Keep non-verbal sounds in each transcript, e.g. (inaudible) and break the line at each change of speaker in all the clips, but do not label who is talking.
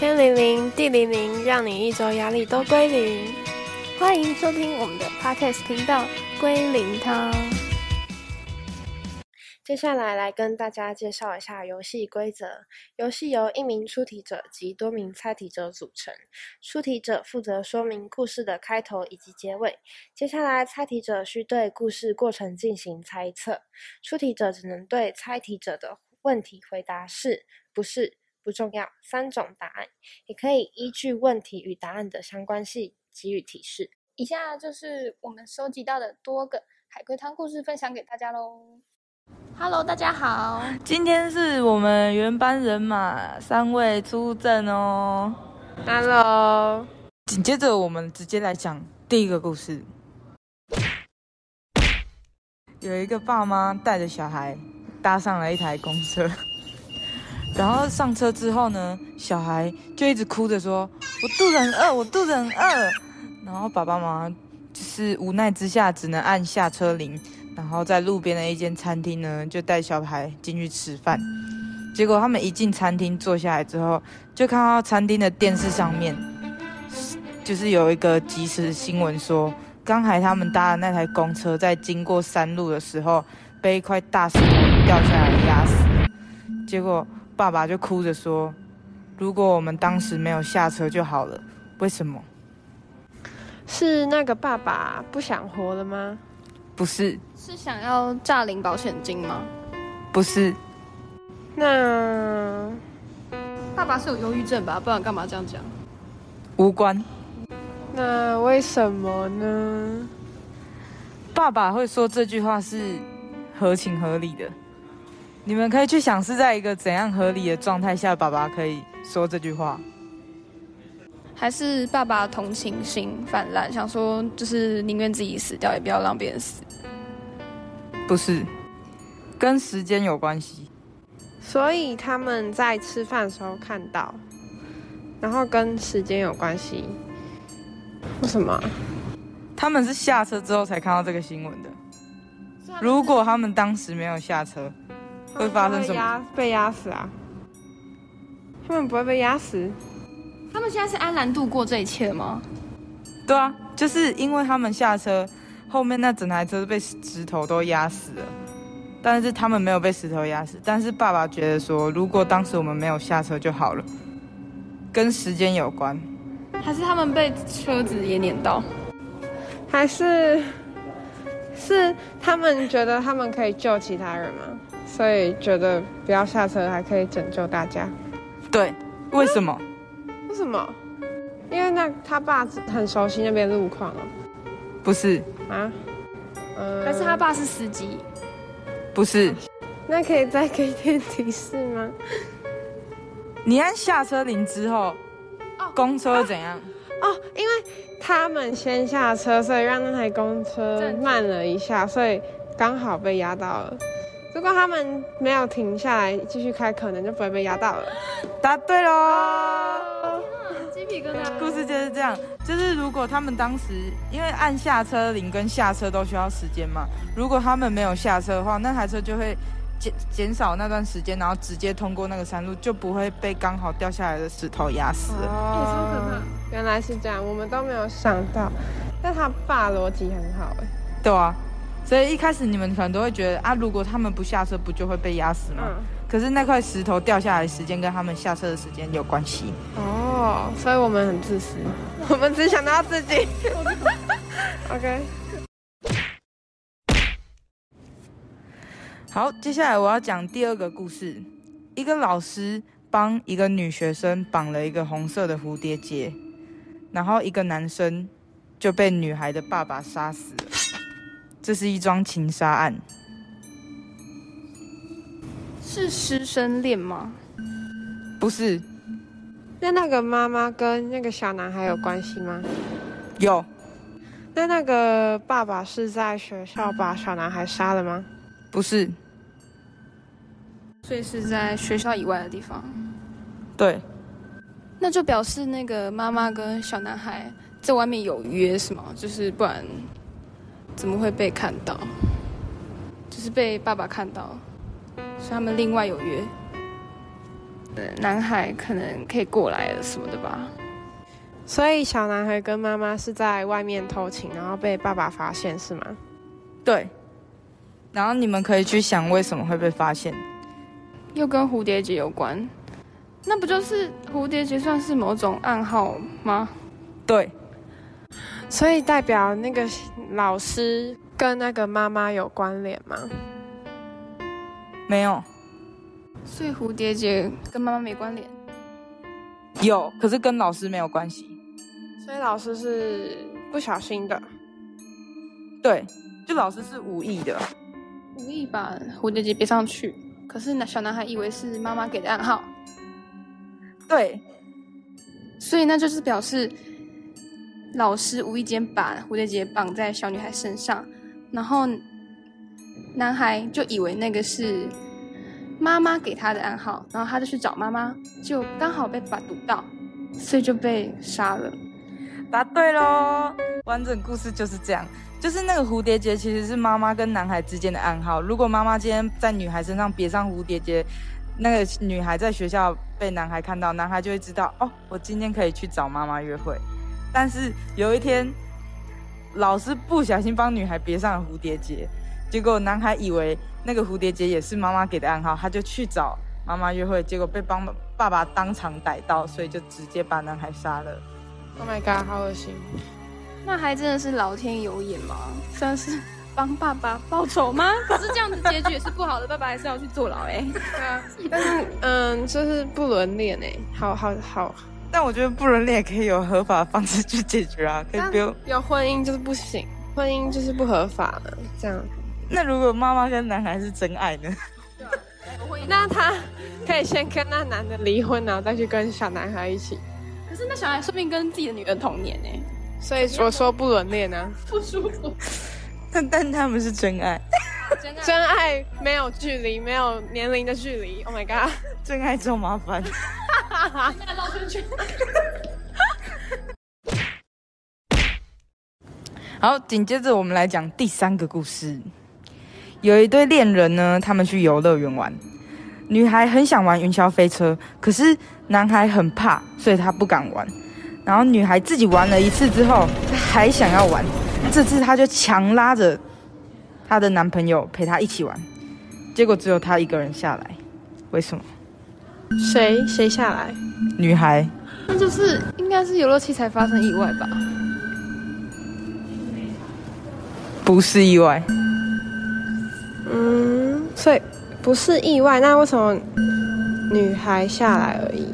零零地零零，让你一周压力都归零。
欢迎收听我们的 podcast 频道《龟苓汤》。
接下来来跟大家介绍一下游戏规则。游戏由一名出题者及多名猜题者组成。出题者负责说明故事的开头以及结尾，接下来猜题者需对故事过程进行猜测。出题者只能对猜题者的问题回答是、不是、不重要三种答案，也可以依据问题与答案的相关性给予提示。
以下就是我们收集到的多个海龟汤故事，分享给大家喽。Hello，大家好，
今天是我们原班人马三位出阵哦。
Hello，
紧接着我们直接来讲第一个故事。有一个爸妈带着小孩搭上了一台公车， (laughs) 然后上车之后呢，小孩就一直哭着说：“我肚子很饿，我肚子很饿。”然后爸爸妈妈就是无奈之下，只能按下车铃，然后在路边的一间餐厅呢，就带小孩进去吃饭。结果他们一进餐厅坐下来之后，就看到餐厅的电视上面就是有一个即时新闻说，刚才他们搭的那台公车在经过山路的时候，被一块大石头掉下来压死。结果爸爸就哭着说：“如果我们当时没有下车就好了，为什么？
是那个爸爸不想活了吗？
不是，
是想要诈领保险金吗？
不是，
那
爸爸是有忧郁症吧？不然干嘛这样讲？
无关。
那为什么呢？
爸爸会说这句话是合情合理的。你们可以去想是在一个怎样合理的状态下，爸爸可以说这句话。
还是爸爸同情心泛滥，想说就是宁愿自己死掉，也不要让别人死。
不是，跟时间有关系。
所以他们在吃饭的时候看到，然后跟时间有关系。为什么啊？
他们是下车之后才看到这个新闻的。如果他们当时没有下车，会发生什么
他们会被压被压死啊？他们不会被压死？
他们现在是安然度过这一切吗？
对啊，就是因为他们下车，后面那整台车被石头都压死了。但是他们没有被石头压死，但是爸爸觉得说，如果当时我们没有下车就好了，跟时间有关。
还是他们被车子也碾到？
还是是他们觉得他们可以救其他人吗？所以觉得不要下车还可以拯救大家？
对，为什么？
为什么？因为那他爸很熟悉那边路况啊。
不是，
啊？嗯
还是他爸是司机？
不是，
那可以再给一点提示吗？
你按下车铃之后，公车怎样？
哦，因为他们先下车，所以让那台公车
暂停
慢了一下，所以刚好被压到了。如果他们没有停下来继续开，可能就不会被压到了。
答对喽！
鸡皮疙瘩
故事就是这样，就是如果他们当时因为按下车铃跟下车都需要时间嘛，如果他们没有下车的话，那台车就会减减少那段时间，然后直接通过那个山路，就不会被刚好掉下来的石头压死了。
哦
超可怕！
原来是这样，我们都没有想到。但他爸逻辑很好哎、
对啊，所以一开始你们可能都会觉得啊，如果他们不下车，不就会被压死吗？
嗯，
可是那块石头掉下来的时间跟他们下车的时间有关系。
哦，所以我们很自私，我们只想到自己。OK，
好，接下来我要讲第二个故事。一个老师帮一个女学生绑了一个红色的蝴蝶结，然后一个男生就被女孩的爸爸杀死了。这是一桩情杀案，
是师生恋吗？
不是
那那个妈妈跟那个小男孩有关系吗？
有
那那个爸爸是在学校把小男孩杀了吗？
不是
所以是在学校以外的地方。
对
那就表示那个妈妈跟小男孩在外面有约是吗？就是不然怎么会被看到？就是被爸爸看到，所以他们另外有约。呃男孩可能可以过来了什么的吧。
所以小男孩跟妈妈是在外面偷情，然后被爸爸发现是吗？
对，然后你们可以去想为什么会被发现。
又跟蝴蝶结有关，那不就是蝴蝶结算是某种暗号吗？
对，
所以代表那个老师跟那个妈妈有关联吗？
没有，
所以蝴蝶结跟妈妈没关联。
有，可是跟老师没有关系。
所以老师是不小心的，
对，就老师是无意的。
无意把蝴蝶结别上去，可是那小男孩以为是妈妈给的暗号，
对，
所以那就是表示老师无意间把蝴蝶结绑在小女孩身上，然后男孩就以为那个是妈妈给他的暗号，然后他就去找妈妈，就刚好被把堵到，所以就被杀了。
答对喽！完整故事就是这样，就是那个蝴蝶结其实是妈妈跟男孩之间的暗号。如果妈妈今天在女孩身上别上蝴蝶结，那个女孩在学校被男孩看到，男孩就会知道哦，我今天可以去找妈妈约会。但是有一天，老师不小心帮女孩别上了蝴蝶结，结果男孩以为那个蝴蝶结也是妈妈给的暗号，他就去找妈妈约会，结果被帮爸爸当场逮到，所以就直接把男孩杀了。
Oh my god，好恶心！
那还真的是老天有眼吗？算是帮爸爸报仇吗？ (laughs) 可是这样子结局也是不好的，爸爸还是要去坐牢哎、 (laughs)
对啊，但是嗯，就是不伦恋哎，好好好，
但我觉得不伦恋也可以有合法的方式去解决啊，可以不用。 (laughs)
有婚姻就是不行，婚姻就是不合法的这样。
那如果妈妈跟男孩是真爱呢？ (laughs)
那他可以先跟那男的离婚，然后再去跟小男孩一起。
可是那小孩说不定跟自己的女儿同年呢、欸
所以说说不伦恋啊呢，
不舒服。
但但他们是真爱，
真的，啊
真爱没有距离，没有年龄的距离。Oh my god！
真爱找麻烦。
那绕圈圈。
(laughs) 好，紧接着我们来讲第三个故事。有一对恋人呢，他们去游乐园玩，女孩很想玩云霄飞车，可是男孩很怕，所以他不敢玩。然后女孩自己玩了一次之后，她还想要玩，这次她就强拉着她的男朋友陪她一起玩，结果只有她一个人下来，为什么？
谁谁下来？
女孩
那就是应该是游乐器材发生意外吧？
不是意外，
嗯，所以不是意外，那为什么女孩下来而已？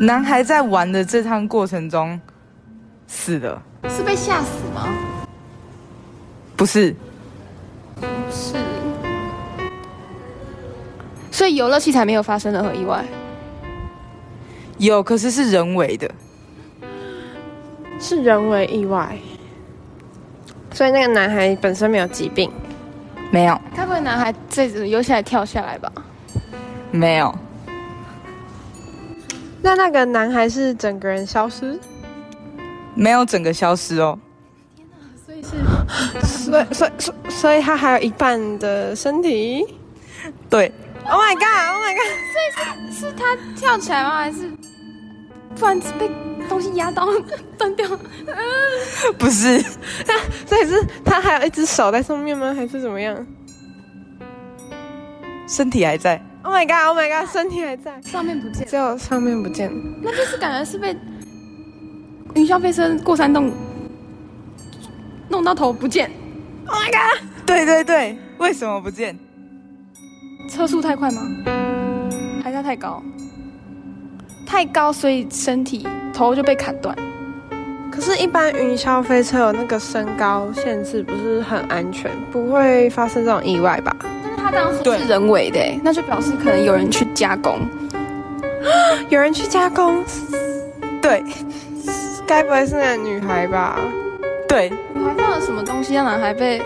男孩在玩的这趟过程中死了，
是被吓死吗？
不是
是。所以游乐器材没有发生任何意外，
有，可是是人为的。
是人为意外，所以那个男孩本身没有疾病。
没有，
该不会男孩这子游起来跳下来吧？
没有，
那那个男孩是整个人消失，
没有整个消失哦。
所以是
所以所以所以所以他还有一半的身体。
对，
Oh my god! Oh my god!
是他跳起来吗？还是不然是被东西压到断掉？
不是，
所以是他还有一只手在上面吗？还是怎么样
身体还在，
？Oh my god! Oh my god! 身体还在，
上面不见
只，有上面不见。
那就是感觉是被云霄飞车过山洞弄到头不见，
对对对，为什么不见？
车速太快吗？还是它太高？太高，所以身体头就被砍断。
可是，一般云霄飞车有那个身高限制，不是很安全，不会发生这种意外吧？
但是他当初
对
是人为的、欸，那就表示可能有人去加工。
有人去加工，
对
该不会是那个女孩吧？
对，
你还放了什么东西让男孩被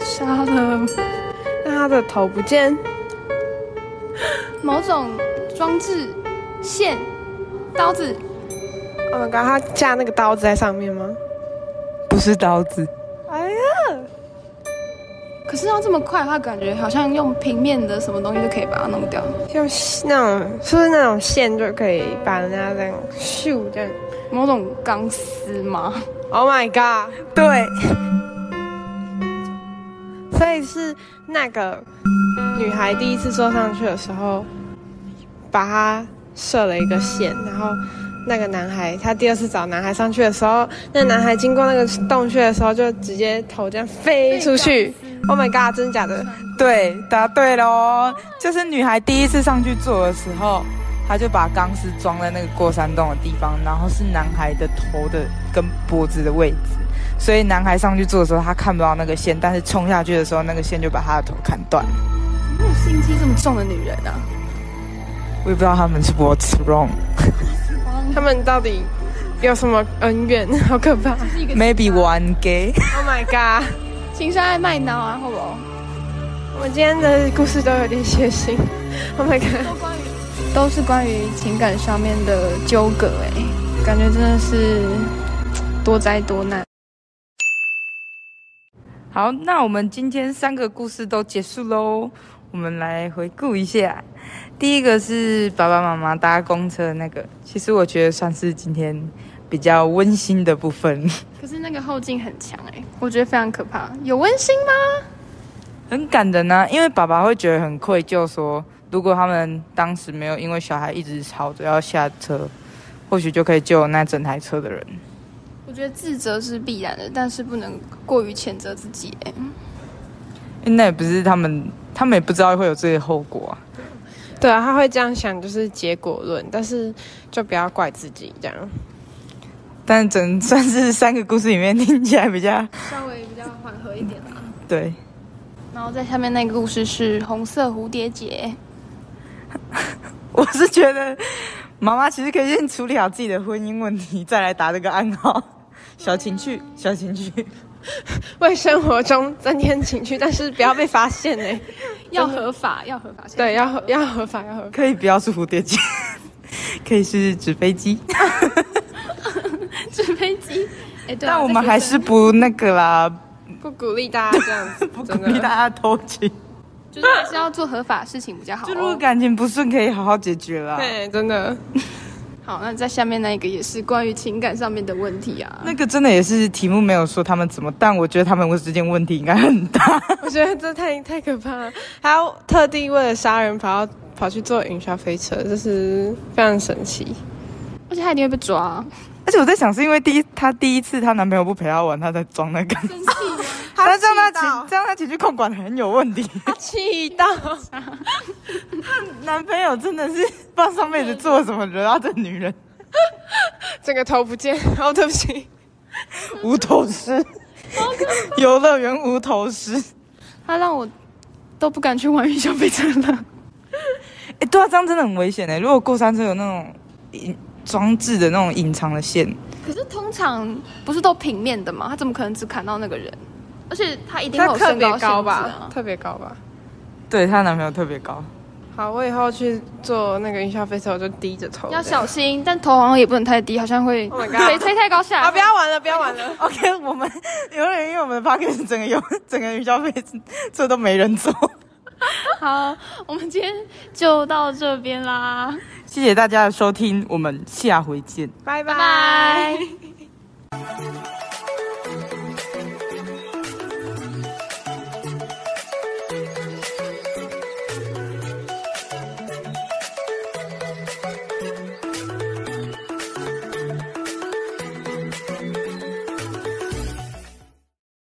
杀了？
那她的头不见，
某种装置、线、刀子，
Oh my god！他架那个刀子在上面吗？
不是刀子，
哎呀，
可是要这么快的话，感觉好像用平面的什么东西就可以把它弄掉，
用那种是不是那种线就可以把人家这样咻这样
某种钢丝吗？
？Oh my god！对， (laughs) 所以是那个女孩第一次坐上去的时候，把她设了一个线，然后那个男孩他第二次找男孩上去的时候，那男孩经过那个洞穴的时候，就直接头这样飞出去。Oh my god！真的假的？
对，答对喽！就是女孩第一次上去做的时候，她就把钢丝装在那个过山洞的地方，然后是男孩的头的跟脖子的位置，所以男孩上去做的时候，他看不到那个线，但是冲下去的时候，那个线就把他的头砍断了。
没有心机这么重的女人啊！
我也不知道他们是 what's wrong。
他们到底有什么恩怨？ (laughs) 好可怕
Maybe one gay，
！Oh my god！
情商爱卖脑啊，好不好？
我们今天的故事都有点血腥。Oh (laughs) my god！
都是关于情感上面的纠葛、哎，感觉真的是多灾多难。
好，那我们今天三个故事都结束喽。我们来回顾一下，第一个是爸爸妈妈搭公车的那个，其实我觉得算是今天比较温馨的部分，
可是那个后劲很强，哎，我觉得非常可怕。有温馨吗？
很感人啊。因为爸爸会觉得很愧疚说如果他们当时没有因为小孩一直吵着要下车，或许就可以救那整台车的人。
我觉得自责是必然的，但是不能过于谴责自己、哎，
因为那也不是他们，他们也不知道会有这些后果啊。
对啊，他会这样想，就是结果论，但是就不要怪自己这样。
但整算是三个故事里面听起来比较
稍微比较缓和一点啦。
对。
然后在下面那个故事是红色蝴蝶结，
(laughs) 我是觉得妈妈其实可以先处理好自己的婚姻问题，再来打这个暗
啊
号。小情趣，小情趣，
为生活中增添情趣，但是不要被发现哎、
要合法，要合法。
对，要合要合法，要合法。
可以不要是蝴蝶结， (laughs) 可以是纸飞机。
啊
纸飞机。哎、对啊、
但我们
这个
还是不那个啦，
不鼓励大家这样
(laughs)
子，
不鼓
真的
励大家偷情。
就是还是要做合法的事情比 (laughs) 较好、
就如果
哦。
感情不顺，可以好好解决啦。
对，真的。
好，那在下面那一个也是关于情感上面的问题啊。
那个真的也是题目没有说他们怎么，但我觉得他们之间问题应该很
(laughs)
大。
我觉得这太太可怕了，还要特地为了杀人跑到跑去坐云霄飞车，这是非常神奇。
而且他一定会被抓、啊，
而且我在想，是因为第一，她第一次她男朋友不陪她玩，她在装那个。
生气啊！
但这样她
气
情
到
这样她情绪控管很有问题。
他气到，
男朋友真的是不知道上辈子做了什么惹到这女人，
整个头不见。 (laughs) 哦，对不起。
无头尸，游乐园无头尸。
他让我都不敢去玩云霄飞车了。
哎、对啊，这样真的很危险哎、如果过山车有那种隐装置的那种隐藏的线，
可是通常不是都平面的吗？他怎么可能只砍到那个人？而且他一定会
他
有
特
身
别
高限制
高吧
啊？。
特别高吧。
对她男朋友特别高。
好，我以后去坐那个云霄飞车，我就低着头。
要小心，但头好像也不能太低，好像会
Oh my god
对，吹太高下来。
啊！不要玩了，不要玩
(laughs)
了。
OK，我们游乐园因为我们的 p a r k 整个游整个云霄飞车都没人坐。
好，我们今天就到这边啦，
谢谢大家的收听，我们下回见。
拜
拜拜。